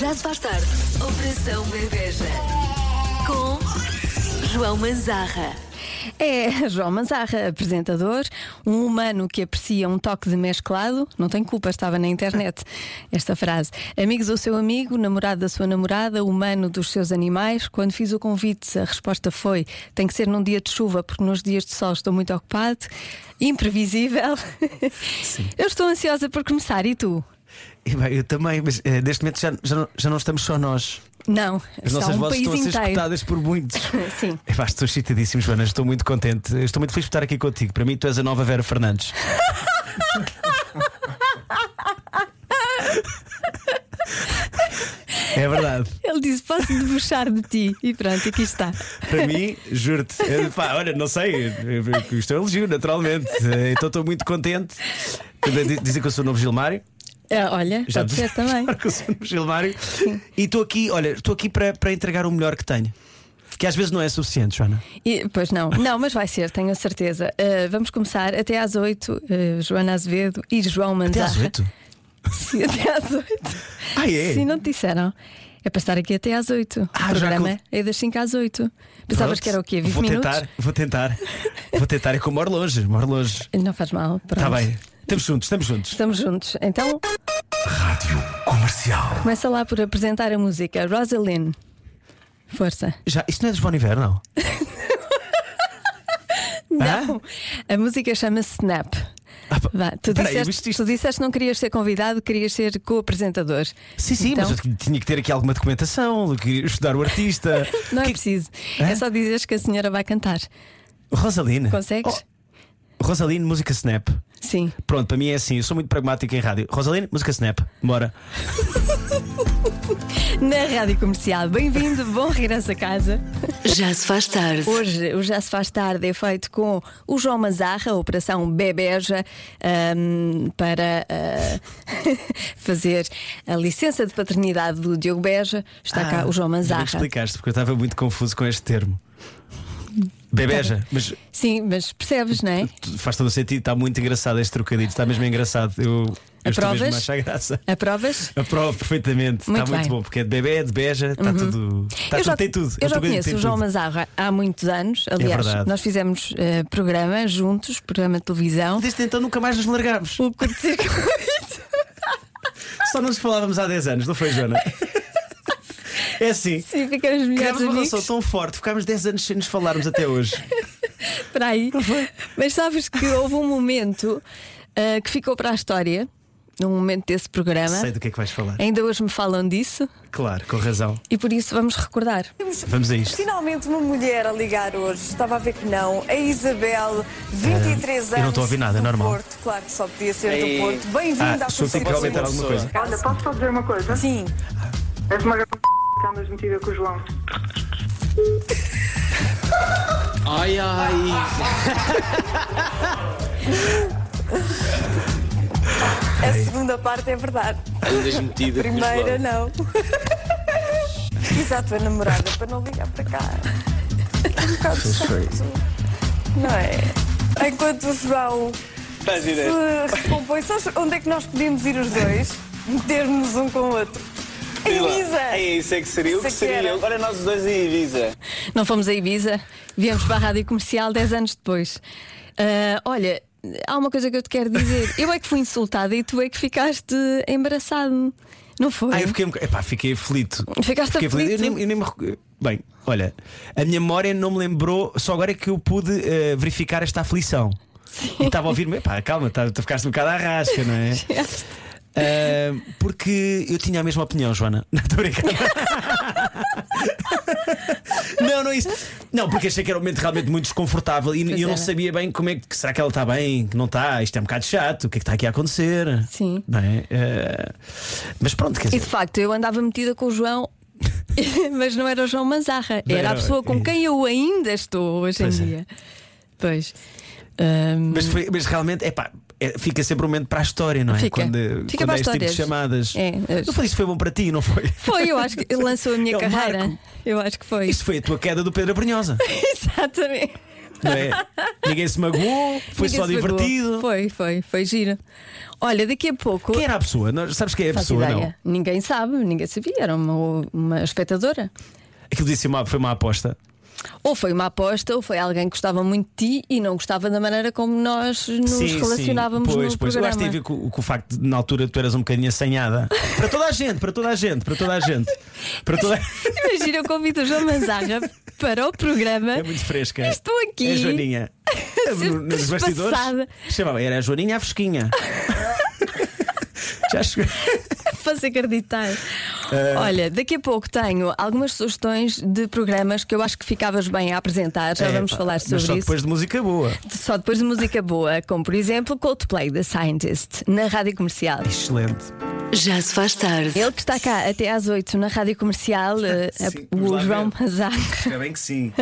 Já se faz tarde. Operação Bebeja. Com João Manzarra. É João Manzarra, apresentador, um humano que aprecia um toque de mesclado. Não tem culpa, estava na internet esta frase. Amigos ou seu amigo, namorado da sua namorada, humano dos seus animais. Quando fiz o convite, a resposta foi: tem que ser num dia de chuva, porque nos dias de sol estou muito ocupado. Imprevisível. Eu estou ansiosa por começar, e tu? E bem, eu também, mas eh, neste momento já, já, não, já não estamos só nós. Não, As está nossas um vozes país estão a ser inteiro. escutadas por muitos. Sim. Eh, pá, estou excitadíssimo, Joana. Estou muito contente. Eh, Estou muito feliz por estar aqui contigo. Para mim, tu és a nova Vera Fernandes. é verdade. Ele disse: posso debochar de ti. E pronto, aqui está. Para mim, juro-te. Eh, Pá, olha, não sei. eh, eh, Isto é um elogio, naturalmente. Eh, Então estou muito contente. Di- Dizem que eu sou o novo Gilmário. É, olha, já pode disse ser também. que eu sou no Gilmário. E estou aqui, olha, estou aqui para, para entregar o melhor que tenho. Que às vezes não é suficiente, Joana. E- pois não, não, mas vai ser, tenho a certeza. Uh, vamos começar até às 8, uh, Joana Azevedo e João Até Manzarra. às oito. Sim, até às 8. Ah, é? Sim, não te disseram. É para estar aqui até às 8. Ah, o já programa acol- é das 5 às 8. Pensavas Pronto. que era o quê? 20 Vou minutos? tentar, vou tentar. Vou tentar, é que eu moro longe, moro longe. Não faz mal. Pronto. Está Tá bem. Estamos juntos, estamos juntos. Estamos juntos. Então, Rádio Comercial. começa lá por apresentar a música. Rosaline. Força. Já, isto não é dos Bon Iver, não? Não. A música chama-se Snap. Ah, pá, Vá, tu, peraí, disseste, isto- isto- tu disseste que não querias ser convidado, querias ser co-apresentador. Sim, sim, Então- mas eu tinha que ter aqui alguma documentação, eu queria estudar o artista. Não é Que- preciso. Hã? É só dizeres que a senhora vai cantar. Rosaline. Consegues? Oh, Rosaline, música Snap. Sim. Pronto, para mim é assim, eu sou muito pragmático em rádio. Rosaline, música Snap. Bora. Na Rádio Comercial. Bem-vindo, bom regresso a casa. Já se faz tarde. Hoje o Já Se Faz Tarde é feito com o João Mazarra, a Operação Bebeja, ahm, para ah, fazer a licença de paternidade do Diogo Beja. Está Ah, cá o João Já me Mazarra. explicaste, porque eu estava muito confuso com este termo. Então. Bebeja, mas Sim, mas percebes, não é? tu- faz todo o sentido, está muito engraçado este trocadilho, está mesmo engraçado. Eu, eu estou Aprovas? mesmo a achar graça. Aprovas? Aprovo perfeitamente, Muito está muito bem. Uhum. bom, porque é de bebê, é de beja, está tudo. Está tudo, tem tudo. Eu É um já trocadilho, conheço tem o João tudo. É Mazarra há muitos anos. Aliás, verdade. nós fizemos eh, programa juntos, programa de televisão. Desde então nunca mais nos largámos. O curto-circuito. Só nos falávamos há 10 anos, não foi, Joana? É assim. Sim, ficamos melhores Criámos uma relação amigos tão forte, ficámos 10 anos sem nos falarmos até hoje. para aí. Mas sabes que houve um momento ah, que ficou para a história, num momento desse programa. Sei do que é que vais falar. Ainda hoje me falam disso Claro, com razão. e por isso vamos recordar. Vamos a isto. Finalmente uma mulher a ligar hoje, estava a ver que não, a Isabel, 23 Ah, eu não anos. estou a ouvir nada, é do normal. Porto, claro que só podia ser do Porto. Bem-vinda Ah, à sou eu que tenho que aumentar alguma coisa. Olha, posso só dizer uma coisa? Sim, És uma grande que andas metida com o João. Ai, ai. a segunda parte é verdade, Andas metida a primeira não. Diz à tua namorada para não ligar para cá. É um bocado chato, não é? Enquanto o João Faz ideia. se recompõe, sabes onde é que nós podíamos ir os dois? Meter-nos um com o outro. Em Ibiza! É isso é que seria. O que Isso é que seria? era. Agora nós os dois em Ibiza. Não fomos a Ibiza, viemos para a rádio comercial 10 anos depois. Ah, olha, há uma coisa que eu te quero dizer. Eu é que fui insultada e tu é que ficaste embaraçado. Não foi? Ah, eu fiquei, um boca- epá, fiquei aflito. Ficaste Fiquei Eu aflito? nem, eu nem me recu- Bem, olha, a minha memória não me lembrou, só agora é que eu pude eh, verificar esta aflição. E estava a ouvir-me, epá, calma, tá, tu ficaste um bocado à rasca, não é? Ah, porque eu tinha a mesma opinião, Joana. Não estou brincando. não, não é isso. Não, porque achei que era um momento realmente muito desconfortável e Pois eu não era. sabia bem como é que. Será que ela está bem? Que não está? Isto é um bocado chato. O que é que está aqui a acontecer? Sim. Não é? Ah, mas pronto, quer E dizer. de facto, eu andava metida com o João, mas não era o João Manzarra, Não era a era, pessoa é com isso. quem eu ainda estou hoje Pois é. em dia. Pois. Ahm, Mas, foi- mas realmente, epá, é, fica sempre um momento para a história, não é? Fica. Quando, Fica quando para há este tipo de histórias. chamadas. É, é. Eu falei, isso foi bom para ti, não foi? foi, eu acho que lançou a minha É um carreira. marco. Eu acho que foi. Isto foi a tua queda do Pedro Brunhosa. Exatamente. não é? Ninguém se magoou, foi Ninguém só se magoou. divertido. Foi, foi, foi giro. Olha, daqui a pouco. Quem era a pessoa? Não, sabes quem é a Faço pessoa, não? ideia. Ninguém sabe, ninguém sabia. Era uma, uma espectadora. Aquilo disse uma, foi uma aposta. Ou foi uma aposta, ou foi alguém que gostava muito de ti e não gostava da maneira como nós nos relacionávamos sim. Pois, no pois. Eu programa. acho que tem a ver com, com o facto de, na altura, tu eras um bocadinho assanhada. Para toda a gente, para toda a gente, para toda a gente. Para toda... Imagina, eu convido o João Manzarra para o programa. É muito fresca. E Estou aqui. É a Joaninha. É a ser Nos bastidores. traspassada. Chamava, era a Joaninha à Fresquinha. Já chegou. Faça acreditar. É. Olha, daqui a pouco tenho algumas sugestões de programas que eu acho que ficavas bem a apresentar. Já É, vamos pá, falar sobre mas só isso. depois de música boa. Só depois de música boa, como por exemplo Coldplay The Scientist, na rádio comercial. Excelente. Já se faz tarde. Ele que está cá até às 8 na rádio comercial, eh, Sim, a- vamos o lá João ver. Mazar. É bem que sim.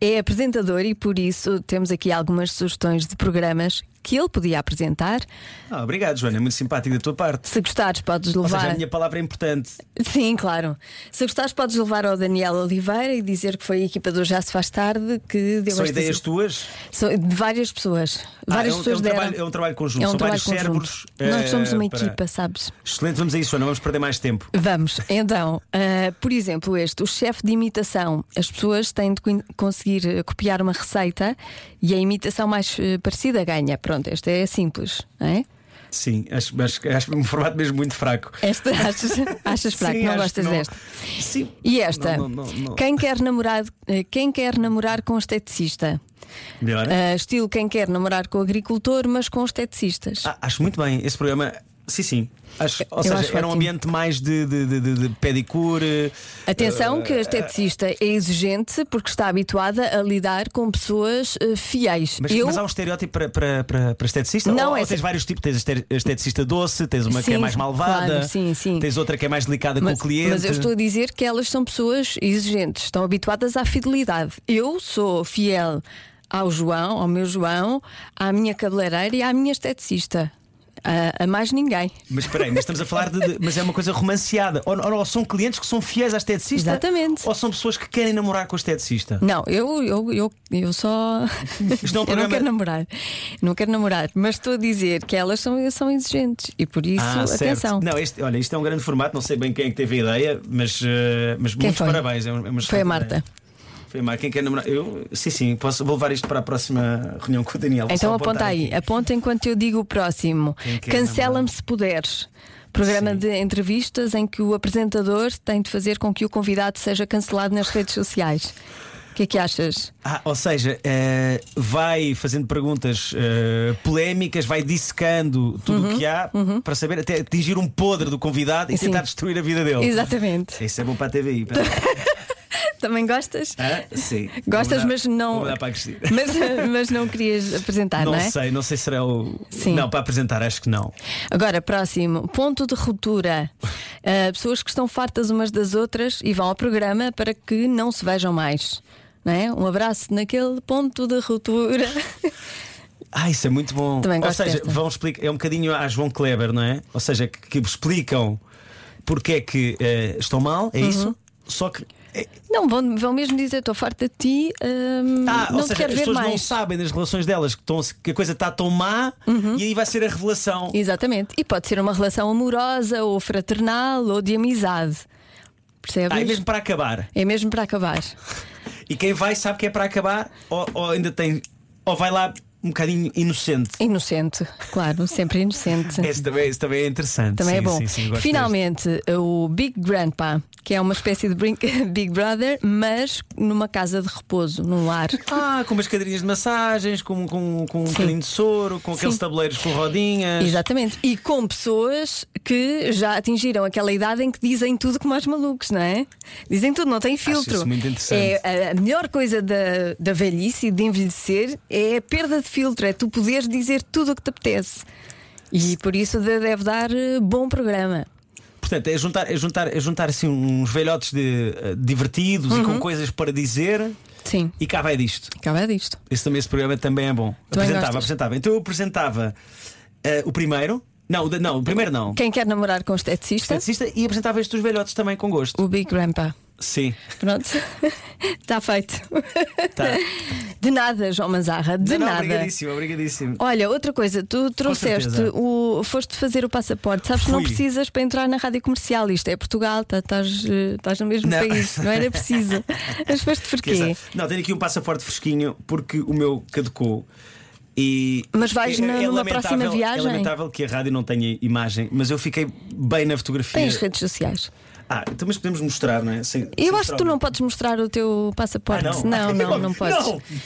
É apresentador e por isso temos aqui algumas sugestões de programas que ele podia apresentar. Ah, obrigado, Joana. É muito simpático da tua parte. Se gostares, podes Ou seja, levar. a minha palavra é importante. Sim, claro. Se gostares, podes levar ao Daniel Oliveira e dizer que foi a equipa do Já Se Faz Tarde que deu São esta- ideias tuas? São de várias pessoas. Ah, Várias é, um, pessoas é, um deram. trabalho, é um trabalho conjunto. É um São trabalho vários conjunto. cérebros. eh, Nós somos uma para- equipa, sabes? Excelente, vamos a isso, Joana. Vamos perder mais tempo. Vamos, então, ah, por exemplo, este, o chefe de imitação. As pessoas têm de co- conseguir eh, copiar uma receita e a imitação mais eh, parecida ganha. Pronto, esta é simples, não é? Sim, acho, acho, acho um formato mesmo muito fraco. Esta achas, achas fraco, Sim, não acho gostas que desta. Sim. E esta? Não, não, não, não. Quem, quer namorar, eh, quem quer namorar com esteticista? Melhor. Ah, estilo quem quer namorar com agricultor, mas com esteticistas. Ah, acho muito bem esse programa. Sim, sim. Acho- ou Eu seja, acho era um ótimo. ambiente mais de, de, de, de- de pedicure. eh, Atenção que a esteticista é exigente porque está habituada a lidar com pessoas eh, fiéis. Mas, Eu mas há um estereótipo para, para, para, para esteticista? Não, ou, ou essa- tens vários tipos? Tens a esteticista doce, tens uma que é Sim, mais malvada, claro, sim, sim. tens outra que é mais delicada mas, com o cliente. mas eu estou a dizer que elas são pessoas exigentes, estão habituadas à fidelidade. Eu sou fiel ao João, ao meu João, à minha cabeleireira e à minha esteticista. A, a mais ninguém. Mas espera aí, mas estamos a falar de. de- mas é uma coisa romanceada. Ou, ou- ou são clientes que são fiéis à esteticista? Exatamente. Ou são pessoas que querem namorar com a esteticista? Não, eu, eu, eu, eu só. Isto é um eu não programa- quero namorar. Não quero namorar. Mas estou a dizer que elas são, são exigentes. E por isso, Ah, certo. atenção. Não, este, olha, isto é um grande formato, não sei bem quem é que teve a ideia, mas, eh, mas muitos foi? parabéns. É um- é uma Foi a excelente Marta. ideia. Foi a Marta. Quem quer namorar? Eu, sim, sim, posso, vou levar isto para a próxima reunião com o Daniel. Vou Então só aponta apontar aí, aqui. aponta enquanto eu digo o próximo. Quem quer Cancela-me namorar? se puderes. Programa Sim. de entrevistas em que o apresentador tem de fazer com que o convidado seja cancelado nas redes sociais. O que é que achas? Ah, ou seja, eh, vai fazendo perguntas eh, polémicas, vai dissecando tudo o que há para saber, até atingir um podre do convidado e Uhum, Sim. tentar destruir a vida dele. Exatamente. Isso é bom para a TVI. pera. é. Também gostas? Hã? sim. Gostas, Vou mudar- mas não. Vou mudar para a Cristina. Mas, mas não querias apresentar, não, Não é? sei, não sei se será o. Sim. Não, para apresentar, acho que não. Agora, próximo. Ponto de ruptura. Ah, pessoas que estão fartas umas das outras e vão ao programa para que não se vejam mais. Não é? Um abraço naquele ponto de ruptura. Ah, isso é muito bom. Também Ou gosto seja, desta. vão explicar. É um bocadinho a João Kleber, não é? Ou seja, que, que explicam porque é que eh, estão mal, é Uhum. isso? Só que. eh, Não, vão, vão mesmo dizer: estou farta de ti, hum, ah, não ou te seja, quero as ver pessoas mais. não sabem das relações delas que, estão, que a coisa está tão má e aí vai ser a revelação. Exatamente. Uhum. E pode ser uma relação amorosa, ou fraternal, ou de amizade. Percebes? Ah, é mesmo para acabar. É mesmo para acabar. E quem vai sabe que é para acabar ou, ou ainda tem. Ou vai lá um bocadinho inocente. Inocente, claro, sempre inocente. Esse também, esse também é interessante. Também é Sim, bom. sim, sim, gosto Finalmente, o Big Grandpa, que é uma espécie de brin- Big Brother, mas numa casa de repouso, num lar. Ah, com umas cadeirinhas de massagens, com, com, com um bocadinho de soro, com aqueles Sim. tabuleiros com rodinhas. Exatamente. E com pessoas que já atingiram aquela idade em que dizem tudo como aos malucos, não é? Dizem tudo, não tem filtro. isso muito interessante. É, a- a melhor coisa da, da velhice e de envelhecer é a perda de filtro, é tu poderes dizer tudo o que te apetece. E por isso de- deve dar eh, bom programa. Portanto, é juntar, é juntar, é juntar assim uns velhotes de, eh, divertidos e Uhum. com coisas para dizer. Sim, E cá vai disto. acaba disto. Esse, também, esse programa também é bom. Também apresentava, gostas? apresentava. Então eu apresentava eh, o primeiro. Não, o da- não, o primeiro não. Quem quer namorar com esteticista? Esteticista e apresentava estes velhotes também com gosto. O Big Grandpa. Sim. Pronto, está feito. Tá. Tá De nada, João Manzarra, de Não, não, nada. Obrigadíssimo, obrigadíssimo. Olha, outra coisa, tu trouxeste certeza. o. Foste fazer o passaporte, sabes que não Fui. precisas para entrar na rádio comercial, isto é Portugal, tá- estás eh, estás no mesmo Não. país, não era preciso. Mas foste porquê? Esqueça. Não, tenho aqui um passaporte fresquinho porque o meu caducou. E é Mas vais na- numa lamentável- próxima viagem? É lamentável que a rádio não tenha imagem, mas eu fiquei bem na fotografia. Tens redes sociais. Ah, então mas podemos mostrar, não é? Sem- Eu sem acho que tu trauma. não podes mostrar o teu passaporte. Ah, não, Ah, não, não podes.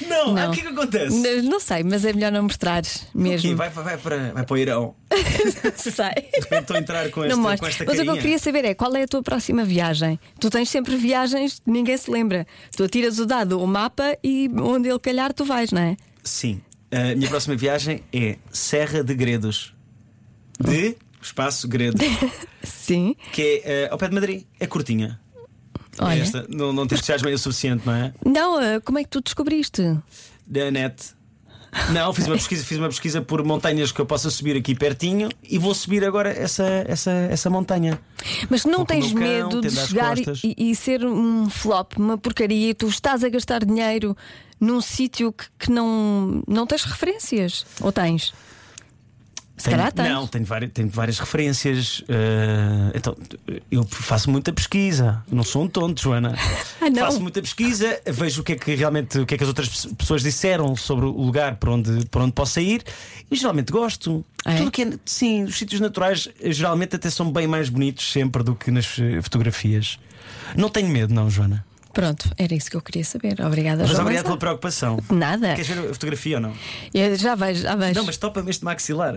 Não, não. Ah, o que é que acontece? Não, não sei, mas é melhor não mostrares Aqui, mesmo. vai, vai, vai para, vai para o Irão. sei. De repente estou a entrar com esta, não com mostro. esta Mas o que eu carinha. queria saber é qual é a tua próxima viagem. Tu tens sempre viagens, ninguém se lembra. Tu atiras o dado, o mapa e onde ele calhar tu vais, não é? Sim. A minha próxima viagem é Serra de Gredos. De espaço Gredos. Sim. Que é eh, ao pé de Madrid. É curtinha. É Olha. Esta. Não, não tens sociais bem o suficiente, não é? Não, ah, como é que tu descobriste? Da net. Não, fiz uma pesquisa, fiz uma pesquisa por montanhas que eu possa subir aqui pertinho e vou subir agora essa, essa, essa montanha. Mas não Vou com o tens meu cão, medo de tendo às chegar e, costas. e ser um flop, uma porcaria, e tu estás a gastar dinheiro num sítio que, que não, não tens referências? Ou tens? Se calhar tens. Não, tenho várias, tenho várias referências. eh, então, eu faço muita pesquisa. Não sou um tonto, Joana. Ah, não? Faço muita pesquisa, vejo o que é que realmente o que é que as outras pe- pessoas disseram sobre o lugar para onde, para onde posso ir. E geralmente gosto. É? Tudo que é, sim, os sítios naturais eh, geralmente até são bem mais bonitos sempre do que nas eh, fotografias. Não tenho medo, não, Joana. Pronto, era isso que eu queria saber. Obrigada, Mas João obrigado pela Gonçalo. preocupação. Nada. Queres ver a fotografia ou não? Eu já vais, já vais. Não, mas topa-me este maxilar.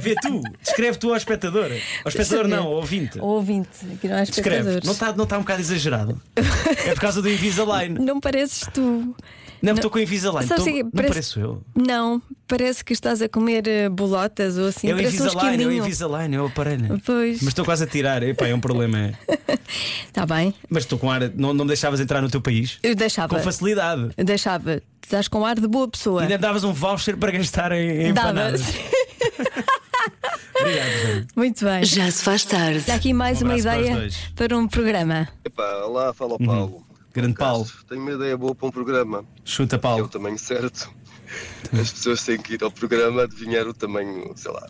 Vê tu, descreve tu ao espectador. Ao espectador, não, ao ouvinte. Ou ouvinte, aqui não há Escreve, espectadores. não está não tá um bocado exagerado. é por causa do Invisalign. Não pareces tu. Não, estou com o Invisalign. Sabes Tô, o quê? Não Parece- pareço eu. Não, parece que estás a comer eh, bolotas ou assim. É o parece um Invisalign, é o esquilinho. Invisalign, é o aparelho. Pois. Mas estou quase a tirar. Epá, é um problema. é. Está bem. Mas estou com ar. Não, não me deixavas entrar no teu país? Eu deixava. Com facilidade. Eu deixava. Estás com ar de boa pessoa. Ainda me davas um voucher para gastar em, em empanadas. Obrigado, Joana. Muito bem. Já se faz tarde. Está aqui mais Um uma abraço para os ideia dois. para um programa. Epá, olá, fala o Paulo. Grande Uhum. Paulo. Castro, Tenho uma ideia boa para um programa. Chuta, É o Paulo. tamanho certo. As pessoas têm que ir ao programa adivinhar o tamanho, sei lá,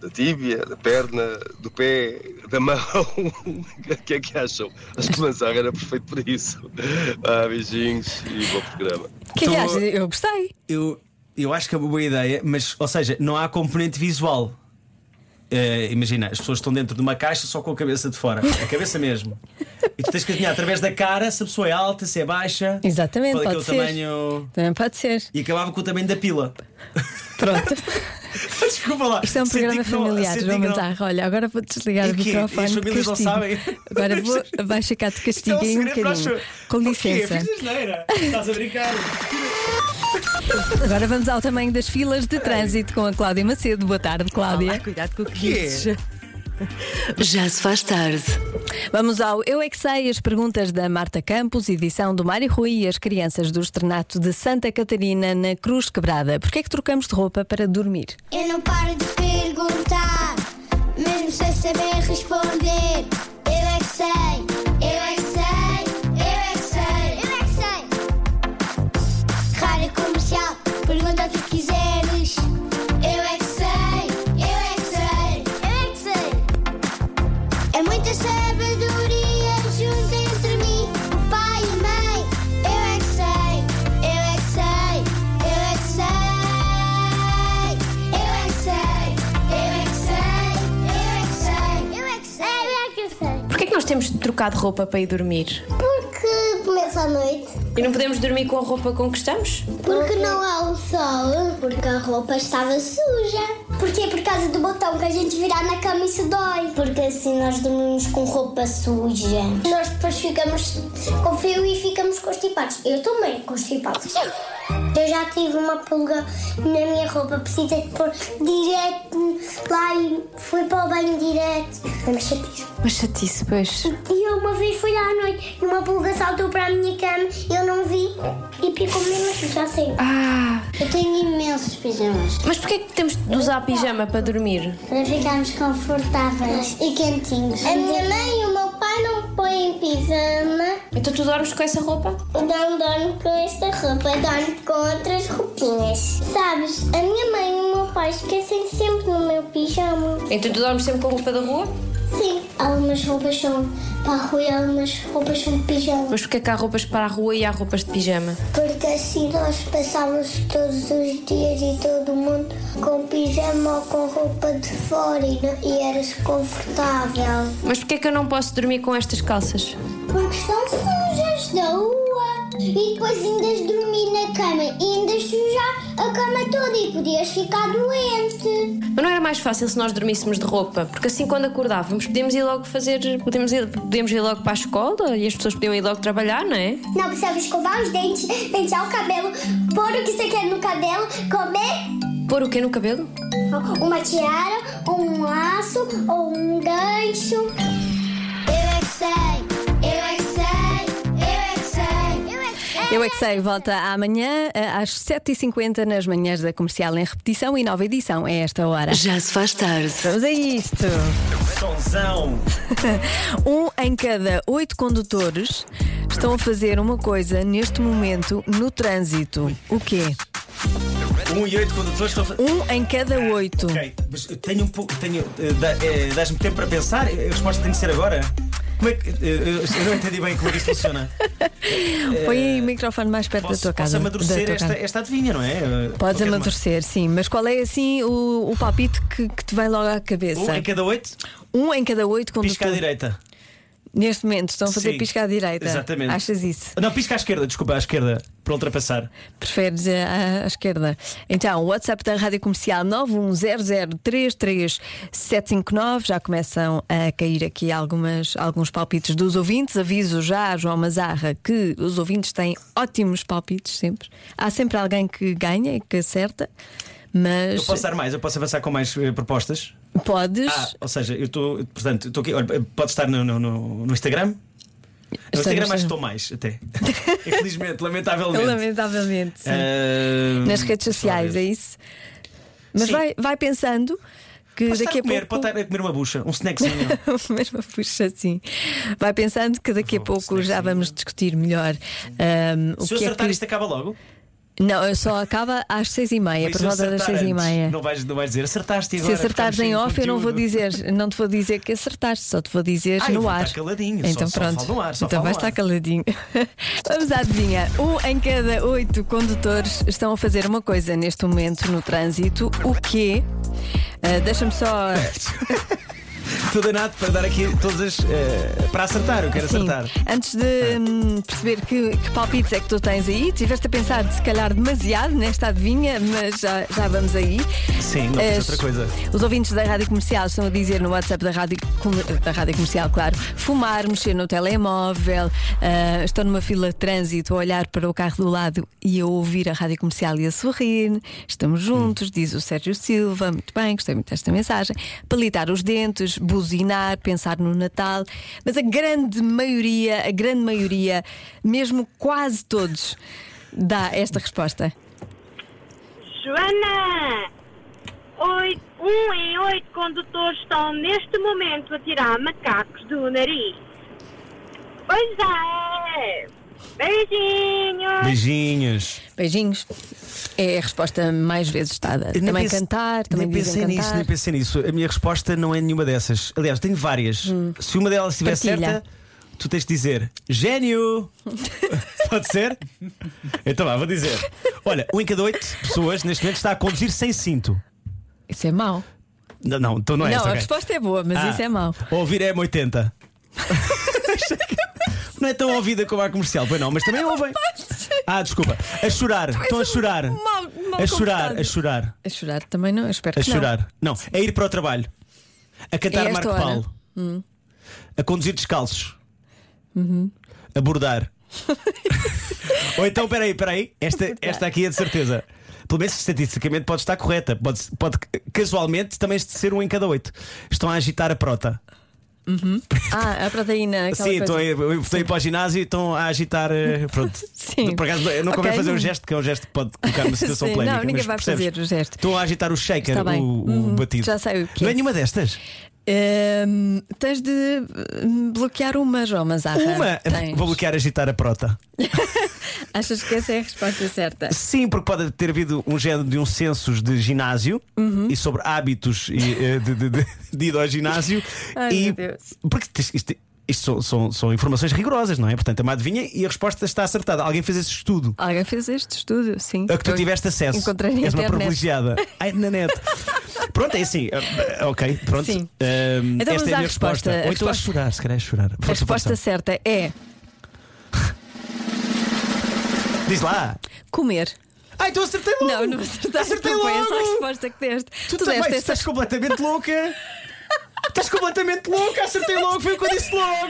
da tíbia, da perna, do pé, da mão. O que é que acham? Acho que o Manzarra era perfeito para isso. Ah, beijinhos e bom programa. Então, O que é que Estou- achas? Eu gostei. Eu, eu acho que é uma boa ideia, mas, ou seja, não há componente visual. Eh, imagina, as pessoas estão dentro de uma caixa só com a cabeça de fora, a cabeça mesmo. E tu tens que adivinhar através da cara se a pessoa é alta, se é baixa. Exatamente, qual é que é pode o ser. tamanho. Também pode ser. E acabava com o tamanho da pila. Pronto. Desculpa lá. Isto é um senti programa que não- familiar, senti João que não. Manzarra. Olha, agora vou desligar E o quê? E as microfone. de famílias não castigo. sabem? Agora vou, vais ficar de Isto é castigo um aí um segredo para as bocadinho. pessoas. Com Porquê? licença. Fiz asneira. Estás a brincar. Agora vamos ao tamanho das filas de trânsito com a Cláudia Macedo. Boa tarde, Cláudia. Cuidado com o que dizes. Já se faz tarde. Vamos ao Eu é que sei, as perguntas da Marta Campos, edição do Mário Rui e as crianças do externato de Santa Catarina na Cruz Quebrada. Porquê é que trocamos de roupa para dormir? Eu não paro de perguntar, mesmo sem saber responder. Eu é que sei, eu é que sei, eu é que sei, eu é que sei. Rádio comercial, pergunta o que quiseres. Eu é que sei, eu é que sei, eu é que sei. É muita sabedoria junto entre mim, o pai e a mãe. Eu é que sei, eu é que sei, eu é que sei. Eu é que sei, eu é que sei, eu é que sei, eu é que sei, eu é que sei. Porquê é que nós temos de trocar de roupa para ir dormir? Porque começa a noite, E não podemos dormir com a roupa com que estamos? porque não há o sol, porque a roupa estava suja. Porque é por causa do botão que a gente virar na cama isso dói. Porque assim nós dormimos com roupa suja. Nós depois ficamos com frio e ficamos constipados. Eu também constipado. Eu já tive uma pulga na minha roupa, precisei de pôr direto lá e fui para o banho direto. Não me chateis. Mas chatice, pois. E eu uma vez fui à noite e uma pulga saltou para a minha cama, eu não vi e picou-me mas já saiu. Ah! Eu tenho imensos pijamas Mas porquê é que temos de usar pijama para dormir? para ficarmos confortáveis e quentinhos. A minha mãe e o meu pai não põem pijama. Então tu dormes com essa roupa? Não dorme com esta roupa, dorme com outras roupinhas. Sabes, a minha mãe e o meu pai esquecem sempre no meu pijama. Então tu dormes sempre com a roupa da rua? Sim, algumas roupas são para a rua e algumas roupas são de pijama. Mas porquê que há roupas para a rua e há roupas de pijama? Porque assim nós passávamos todos os dias e todo mundo com pijama ou com roupa de fora e, não- e era-se confortável. Mas porquê que eu não posso dormir com estas calças? Porque estão sujas da rua. E depois ainda dormir na cama e ainda sujar a cama toda e podias ficar doente. Mas não era mais fácil se nós dormíssemos de roupa, porque assim quando acordávamos podíamos ir logo fazer. Podíamos ir, podíamos ir logo para a escola e as pessoas podiam ir logo trabalhar, não é? Não precisava escovar os dentes, pentear o cabelo, pôr o que você quer no cabelo, comer Pôr o quê no cabelo? uma tiara, um laço ou um gancho. Eu é que sei, eu é que sei, eu é que sei, eu é que sei. Eu é que sei, volta amanhã eh, às 7h50 nas manhãs da comercial em repetição e nova edição. É esta hora. Já se faz tarde. Vamos a isto. Sonzão! Um em cada oito condutores estão a fazer uma coisa neste momento no trânsito. O quê? 1 e 8 condutores estão a fazer. Um em cada oito. Ok, mas eu tenho um pouco. Tenho, eh, dá- eh, Dás-me tempo para pensar? Eh, A resposta tem que ser agora? Como é que. eh, Eu eu não entendi bem como é que isto funciona. Põe aí o microfone mais perto da Posso, tua posso casa. da amadurecer tua esta, casa. esta adivinha, não é? Eh, Podes qualquer uma. amadurecer, sim, mas qual é assim o, o palpite que, que te vem logo à cabeça? Um em cada oito, Um em cada oito pisca à condutores. direita. Neste momento estão a fazer Sim, pisca à direita. exatamente. Achas isso? Não, pisca à esquerda, desculpa, à esquerda, para ultrapassar. Preferes a- à, à esquerda. Então, o WhatsApp da Rádio Comercial 910033759. Já começam a cair aqui algumas, alguns palpites dos ouvintes. Aviso já a João Mazarra que os ouvintes têm ótimos palpites sempre. Há sempre alguém que ganha e que acerta. Eu Mas posso dar mais, eu posso avançar com mais eh, propostas. podes. Ah, ou seja, eu estou. Portanto, eu estou aqui. Olha, pode estar no, no, no- no Instagram? No Está no Instagram acho que Instagram. estou mais, até. Infelizmente, lamentavelmente. Lamentavelmente. sim. Ah, Nas redes deixa lá sociais, ver. é isso? Mas Sim. vai, vai pensando que Pode estar daqui a a comer, pouco. pode estar a comer uma bucha, um snackzinho. Mesmo puxa assim. Vai pensando que daqui a Vou pouco ser já assim, vamos discutir melhor ahm, o Se eu que é acertar que. isto acaba logo. Não, só acaba às seis e meia, Mas por se eu volta é das acertar seis e antes, meia. Não vais, não vais dizer acertaste Se agora. acertares em off, ficamos sem eu não vou conteúdo. dizer, não te vou dizer que acertaste, só te vou dizer Ah, eu no vou ar. estar caladinho, só- então só pronto. falo no ar, só então falo vais no estar ar. caladinho. Vamos à adivinha. Um em cada oito condutores estão a fazer uma coisa neste momento no trânsito. O quê? Ah, Deixa-me só. Estou danado para dar aqui todas as. eh, para acertar, eu quero Sim. acertar. Antes de hum, perceber que, que palpites é que tu tens aí, tiveste a pensar se calhar demasiado nesta adivinha, mas já, já vamos aí. Sim, não fiz As- outra coisa. Os ouvintes da Rádio Comercial estão a dizer no WhatsApp da Rádio, Com- da Rádio Comercial, claro, fumar, mexer no telemóvel, ah, estão numa fila de trânsito a olhar para o carro do lado e a ouvir a Rádio Comercial e a sorrir. Estamos juntos, diz o Sérgio Silva. Muito bem, gostei muito desta mensagem. Palitar os dentes, buzinar, pensar no Natal. Mas a grande maioria, a grande maioria, mesmo quase todos, dá esta resposta. Joana! Oito, um em oito condutores estão neste momento a tirar macacos do nariz. Pois é! Beijinhos! Beijinhos. Beijinhos. É a resposta mais vezes dada. Eu nem Também pense- cantar, também nem dizem pensei cantar. nisso, nem pensei nisso. A minha resposta não é nenhuma dessas. Aliás, tenho várias. Se uma delas estiver Hum. Partilha. certa, tu tens de dizer gênio. Pode ser? Então vá, vou dizer. Olha, um em cada oito pessoas neste momento está a conduzir sem cinto. Isso é mau. Não, não, então não é não, essa. a ok. resposta é boa, mas Ah, isso é mau. Ouvir é M80. não é tão ouvida como a comercial, pois não, mas também ouvem. Ah, desculpa. A chorar, é um estão a chorar. mal- mal a chorar, comportado. a chorar. A chorar também não, eu espero A que chorar. Não, a ir para o trabalho. A cantar É esta Marco hora. Paulo. A conduzir descalços. Uhum. A bordar. Ou então, peraí, peraí. Esta, esta aqui é de certeza. Pelo menos estatisticamente pode estar correta. Pode, pode casualmente também ser um em cada oito. Estão a agitar a prota. não. Ah, a proteína, aquela Sim, então, é- coisa. estão a, ir- estão a ir para o ginásio e estão a agitar. eh, Pronto. Sim. Por acaso, eu não convém Ok. fazer um gesto, que é um gesto que pode colocar uma situação Sim, polémica. não, ninguém mas vai percebes? fazer o gesto. Estão a agitar o shaker, Está bem. o, o Uhum, batido. já sei o que Não é. é nenhuma destas? Hum, tens de hum, bloquear uma, João Mazarra. Uma! Tens. Vou bloquear agitar a prota. Achas que essa é a resposta certa? Sim, porque pode ter havido um género de um census de ginásio Uhum. e sobre hábitos e, eh, de, de, de- de ir ao ginásio. Ai, e meu Deus. Porque isto, isto- isto são, são- são informações rigorosas, não é? Portanto, é uma adivinha e a resposta está acertada. Alguém fez esse estudo. Alguém fez este estudo, sim. A que tu tiveste acesso. Encontrei na És uma internet. privilegiada. Ai, na net. Pronto, é assim. Ah, Ok, pronto. Sim. Ahm, Então esta vamos é a à minha resposta. resposta. A Ou então a resposta- chorar, se calhar é chorar. A Força, resposta força. certa é Diz lá. comer. Ah, então acertei logo! Não, não acertaste. Acertei não foi logo. essa a resposta que deste. Tu, também, deste tu essa estás completamente louca! Estás completamente louca, acertei logo, foi o que eu disse logo!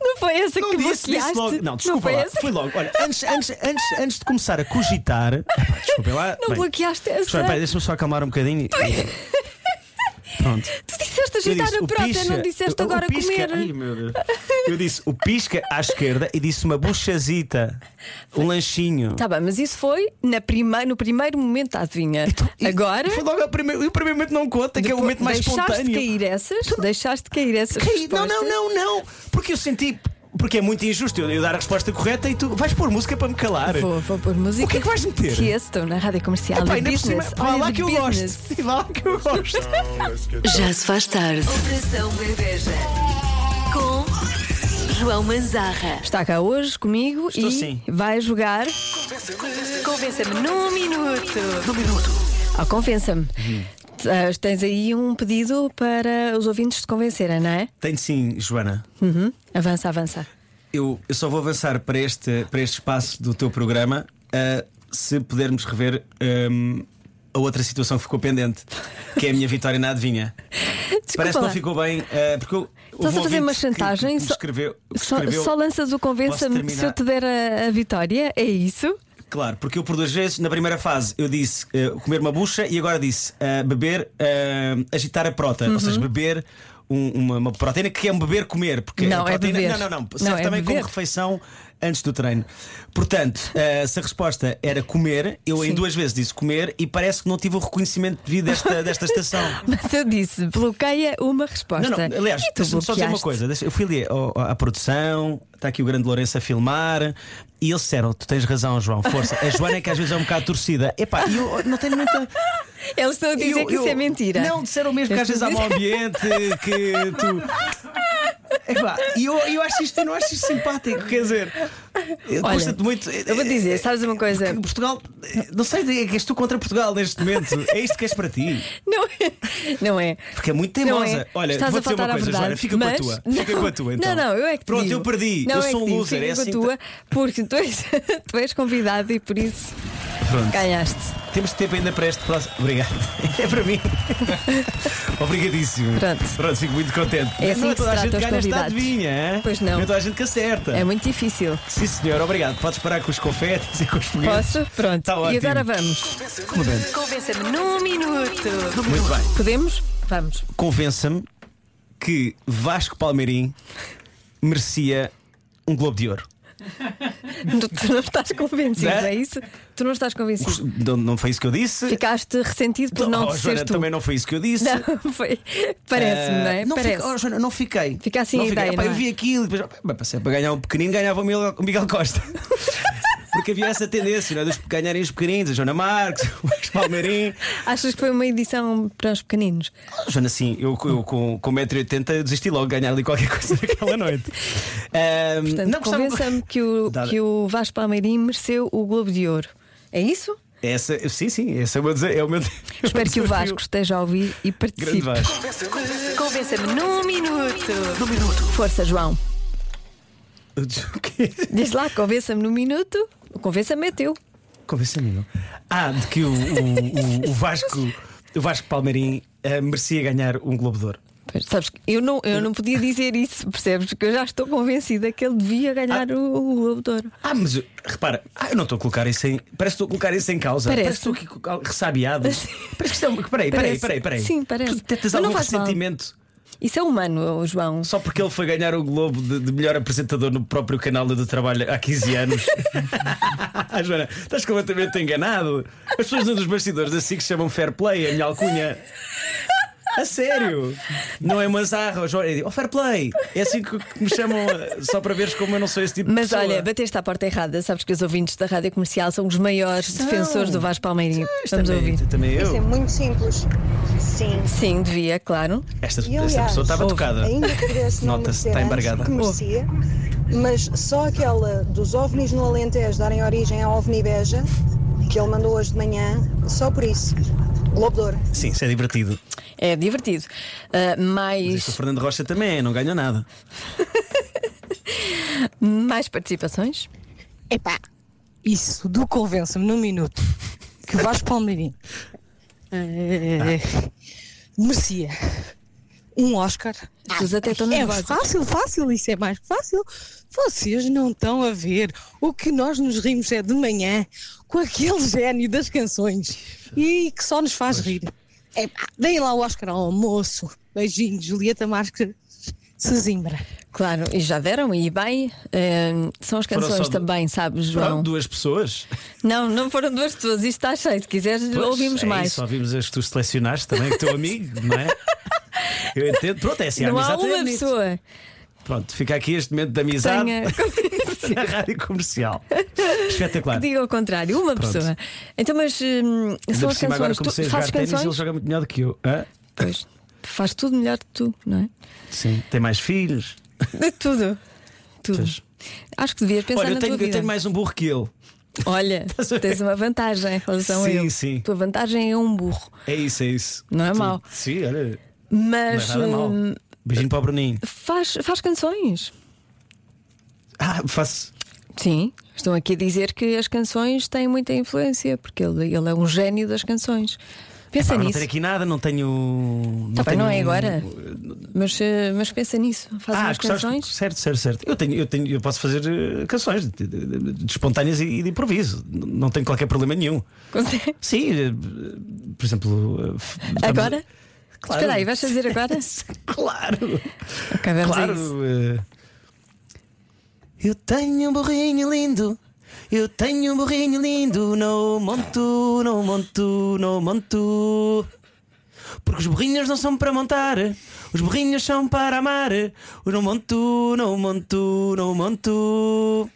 Não foi essa Não que disse, bloqueaste. disse logo. Não, desculpa foi lá, essa. foi logo. Olha, antes, antes, antes, antes de começar a cogitar. Epá, Desculpem lá. Não Bem, bloqueaste essa. espera, espera, deixa-me só acalmar um bocadinho. Pronto. Tu disseste Eu agitar disse, a o prota, pisca- não disseste o- o agora pisca- comer. Ai, meu Deus. Eu disse o pisca à esquerda e disse uma buchazita, um lanchinho. Tá bem, mas isso foi na prime... no primeiro momento da adivinha. Agora. Então, Foi logo o primeiro, e o primeiro momento não conta, que é o momento mais deixaste espontâneo. Então, cair essas? Deixaste cair essas? Caí- Não, não, respostas? não, não. Porque eu senti. Porque é muito injusto eu, eu dar a resposta correta e tu vais pôr música para me calar. Vou, vou pôr música. O que é que vais meter? Tiesto na rádio comercial. Epá, The ainda por cima, business. vá Olha, lá The que eu business. gosto. Vá lá que eu gosto. Já se faz tarde. Operação Bebeja. Com João Manzarra. Está cá hoje comigo Estou e sim. vai jogar. Convença-me num minuto. Num minuto. Ah, convença-me. Ah, tens aí um pedido para os ouvintes te convencerem, não é? Tenho sim, Joana. Uhum. Avança, avança. Eu, eu só vou avançar para este, para este espaço do teu programa ah, se pudermos rever ahm, a outra situação que ficou pendente, que é a minha vitória na adivinha. Parece que lá. não ficou bem, ah, porque eu. Estás houve a fazer um uma ouvinte que- chantagem? Que, me Só- escreveu, que Só, escreveu- só lanças o convença-me Posso se eu te der a, a vitória, é isso? Claro, porque eu por duas vezes, na primeira fase, eu disse eh, comer uma bucha e agora disse eh, beber, eh, agitar a prota, ou Uhum. seja, beber. um- uma, uma proteína que é um beber comer porque Não, a é proteína, beber. não não não Não, serve é também como beber. refeição antes do treino portanto eh, se a resposta era comer eu em Sim. duas vezes disse comer e parece que não tive o reconhecimento devido desta desta estação Mas eu disse, bloqueia uma resposta. não, não, aliás, E tu deixa-me só dizer uma bloqueaste. coisa. Deixa- Eu fui ali ao- à produção, está aqui o grande Lourenço a filmar, e eles disseram: Tu tens razão, João, força. A Joana é que às vezes é um bocado torcida. Epá, e eu não tenho muita. Eles estão a dizer eu- que isso eu- é mentira. Não, disseram mesmo que às vezes há mau ambiente, é que tu. Epá, e eu, eu acho isto, eu não acho isto simpático, quer dizer. eh, Olha, Custa-te muito. eh, Eu vou dizer, sabes uma coisa? eh, Portugal, eh, não sei, é que és tu contra Portugal neste momento. É isto que és para ti. Não é. Não é. Porque é muito Não teimosa. é. Olha, Estás vou a dizer uma faltar à coisa, verdade, Joana, fica mas- com a tua. Fica Não, com a tua, então. Não, não, eu é que Pronto, digo. eu perdi. Não, eu é sou que um digo, loser, fica é com a assim. tua, porque tu és, tu és convidado e por isso Pronto. ganhaste. Temos tempo ainda para este próximo. Obrigado. É para mim. Obrigadíssimo. Pronto. fico muito contente. É assim não que se toda a trata gente os que ganha esta convidados. adivinha, hein? Pois não. Não é toda a gente que acerta. É muito difícil. Sim, senhor, obrigado. Podes parar com os confetes e com os foguetes. Posso? Pronto. Tá e ótimo. agora vamos. Convence. Convença-me num minuto. Muito bem. Podemos? Vamos. Convença-me que Vasco Palmeirim merecia um Globo de Ouro. Tu- Tu não estás convencido, Né? é isso? Tu não estás Os- convencido. Não, não foi isso que eu disse. Ficaste ressentido por não Oh, te Joana, ser tu. também não foi isso que eu disse. Não, foi. Parece-me, não é? não Parece. fica- oh, Joana, não fiquei. Fica assim não a ideia, Epá, não é? eu vi aquilo e depois, bem, passei para ganhar um pequenino, ganhava o Miguel, o Miguel Costa. Porque havia essa tendência, não é? Dos ganharem os pequeninos, a Joana Marques, o Marcos Palmeirim. Achas que foi uma edição para os pequeninos? Ah, Joana, sim, eu, eu com, com 1,80m eu desisti logo de ganhar ali qualquer coisa naquela noite. Ahm, Portanto, gostava- convença-me que o, Dada. que o Vasco Palmeirim mereceu o Globo de Ouro. É isso? Essa, sim, sim, esse é o meu. dese- É o meu Espero que o Vasco esteja a ouvir e participe. Grande Vasco. Convença-me num minuto. Num minuto. Força, João. O quê? Diz lá, convença-me num minuto. O Convença-me é teu. Convença-me não. Ah, de que o, o- o- o Vasco o Vasco Palmeirim eh, merecia ganhar um Globo de Ouro. Pois, sabes, que eu não, eu não podia dizer isso, percebes? Porque eu já estou convencida que ele devia ganhar o, o Globo de Ouro. Ah, mas eu- repara, ah, eu não estou a colocar isso em. Parece que estou a colocar isso em causa. Parece. que estou aqui co- al- ressabiado. Parece que isto é um. Peraí, peraí, Parece. peraí, peraí. Sim, parece. Tu Mas tentas não algum faz mal. ressentimento Isso é humano, o João. só porque ele foi ganhar o Globo de, de melhor apresentador no próprio canal do trabalho há 15 anos. ah, Joana, estás completamente enganado. As pessoas nos bastidores assim que chamam fair play, a minha alcunha. A sério? Não é manzarra, o Jorge. eu digo, Oh, fair play! É assim que que me chamam, eh, só para veres como eu não sou esse tipo Mas de pessoa. olha, bateste à porta errada. Sabes que os ouvintes da rádio comercial são os maiores defensores do Vasco Palmeirinho. Estamos a Ah, também- ouvir. também eu. Isso é muito simples. Sim. Sim, devia, claro. Esta, E, esta aliás, pessoa estava houve, tocada. Ainda que pudesse não Nota-se, merecer está antes, embargada. que assim? merecia, mas só aquela dos ovnis no Alentejo darem origem ao ovni Beja, que ele mandou hoje de manhã, só por isso. Globo de Ouro. Sim, isso é divertido. É divertido. Ah, Mas isto o mais, Fernando Rocha também é, não ganha nada. mais participações? Epá, isso do convença-me num minuto que o Vasco Palmeirim eh, Ah. merecia um Oscar. Vocês até estão é nervosos. fácil, fácil, isso é mais fácil. Vocês não estão a ver. O que nós nos rimos é de manhã com aquele gênio das canções e que só nos faz rir. Epá, deem lá o Oscar ao almoço. Beijinho, Julieta Marques Sesimbra. Claro, e já deram, e bem. ah, são as Foram canções só du- também, sabes, João? Pronto, duas pessoas. Não, não foram duas pessoas. Isto está cheio. Se quiseres, Pois, ouvimos é mais. Isso, ouvimos as que tu selecionaste também, que teu amigo, não é? Eu entendo. Pronto, é assim, a não há amizade é uma bonito. pessoa Pronto, fica aqui este momento de que amizade tenha. na rádio comercial. Espetacular. Que diga ao contrário, uma Pronto. pessoa. Então, mas hum, Ainda são por as cima, agora canções. comecei a Tu jogar fazes ténis e ele canções? joga muito melhor do que eu. Hã? Pois. Faz tudo melhor que tu, não é? Sim, tem mais filhos. De tudo. Tudo. Acho que devias Uhum. pensar Olha, eu na tenho, tua vida. eu tenho mais um burro que ele. Olha, tens uma vantagem em relação a Sim, ele. sim. Tua vantagem é um burro. É isso, é isso. Não é Tu- mau. Sim, olha. Mas não é nada hum, mau. Beijinho para o Bruninho. faz, faz canções. Ah, faço. Sim, estão aqui a dizer que as canções têm muita influência, porque ele, ele é um gênio das canções. Pensa Pá, não nisso. tenho aqui nada, não tenho. Não Também não é tenho- um- agora. Mas, eh, mas pensa nisso. Faz Ah, umas gostaste- canções. Certo, certo, certo. Eu, tenho, eu, tenho, eu posso fazer eh, canções de, de- de- de espontâneas e, e de improviso. N- Não tenho qualquer problema nenhum. Consegue? Sim, eh, por exemplo. eh, f- estamos- Agora? Claro. Espera aí, vais fazer agora? claro. Ok, vamos a é Claro. isso. eh, Eu tenho um burrinho lindo. Eu tenho um burrinho lindo. Não monto, não monto, não monto. Porque os burrinhos não são para montar, os burrinhos são para amar. Os não monto, não monto, não monto.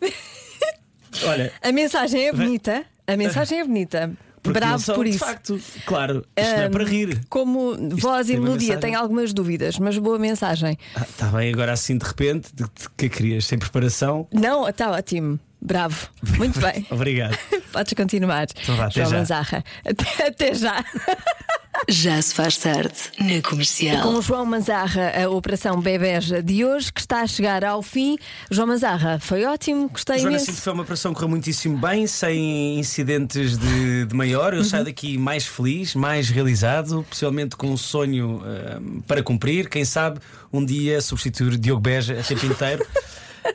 Olha, A mensagem é bonita. A mensagem é bonita. porque não Bravo são, por de isso. facto, claro, isto não é Ahm, para rir. Como voz tem e uma melodia, mensagem. tenho algumas dúvidas, mas boa mensagem. Está bem, agora assim de repente, de- de- que querias? Sem preparação? Não, está ótimo. Bravo. Muito bem. Obrigado. Podes continuar. Então vá, até João já. Manzarra. Até, até já. Já se faz tarde na comercial. Com o João Manzarra, a Operação Bebeja de hoje, que está a chegar ao fim. João Manzarra, foi ótimo, gostei Joana, imenso. sinto que foi uma operação que correu muitíssimo bem, sem incidentes de, de maior. Eu saio daqui mais feliz, mais realizado, possivelmente com um sonho ahm, para cumprir. Quem sabe um dia substituir Diogo Beja a tempo inteiro.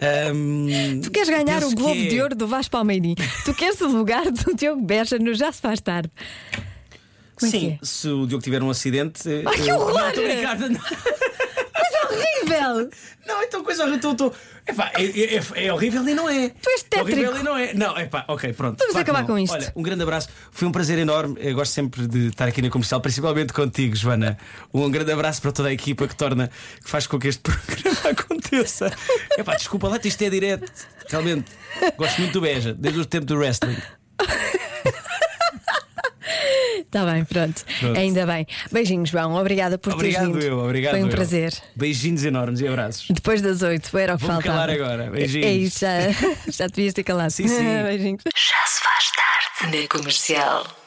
Ahm, Tu queres ganhar penso o Globo que é- de Ouro do Vasco Palmeirim? tu queres o lugar do Diogo Beja no Já Se Faz Tarde? Como é que Sim, se o Diogo tiver um acidente. eh, Ai, que eu- horror! Não, estou a brincar, não. é Horrível! Não, então coisa horrível. Tô, tô... Epá, é, é- é- é horrível e não é. Tu és tétrico. Horrível e não é. Não, epá, ok, pronto. Vamos Claro que acabar não. com isto. Olha, um grande abraço. Foi um prazer enorme. Eu gosto sempre de estar aqui na comercial, principalmente contigo, Joana. Um grande abraço para toda a equipa que torna, que faz com que este programa aconteça. Epá, desculpa lá, isto é direto. Realmente, gosto muito do Beja, desde o tempo do wrestling. Está Tá bem, pronto. Pronto. Ainda bem. Beijinhos, João. Obrigada por teres Obrigado vindo. eu, obrigado. Foi um eu. prazer. Beijinhos enormes e abraços. Depois das oito, era o que Vou-me faltava. calar agora. Beijinhos. É isso, já, já devias ter calado. Sim, sim. Beijinhos. Já se faz tarde na comercial.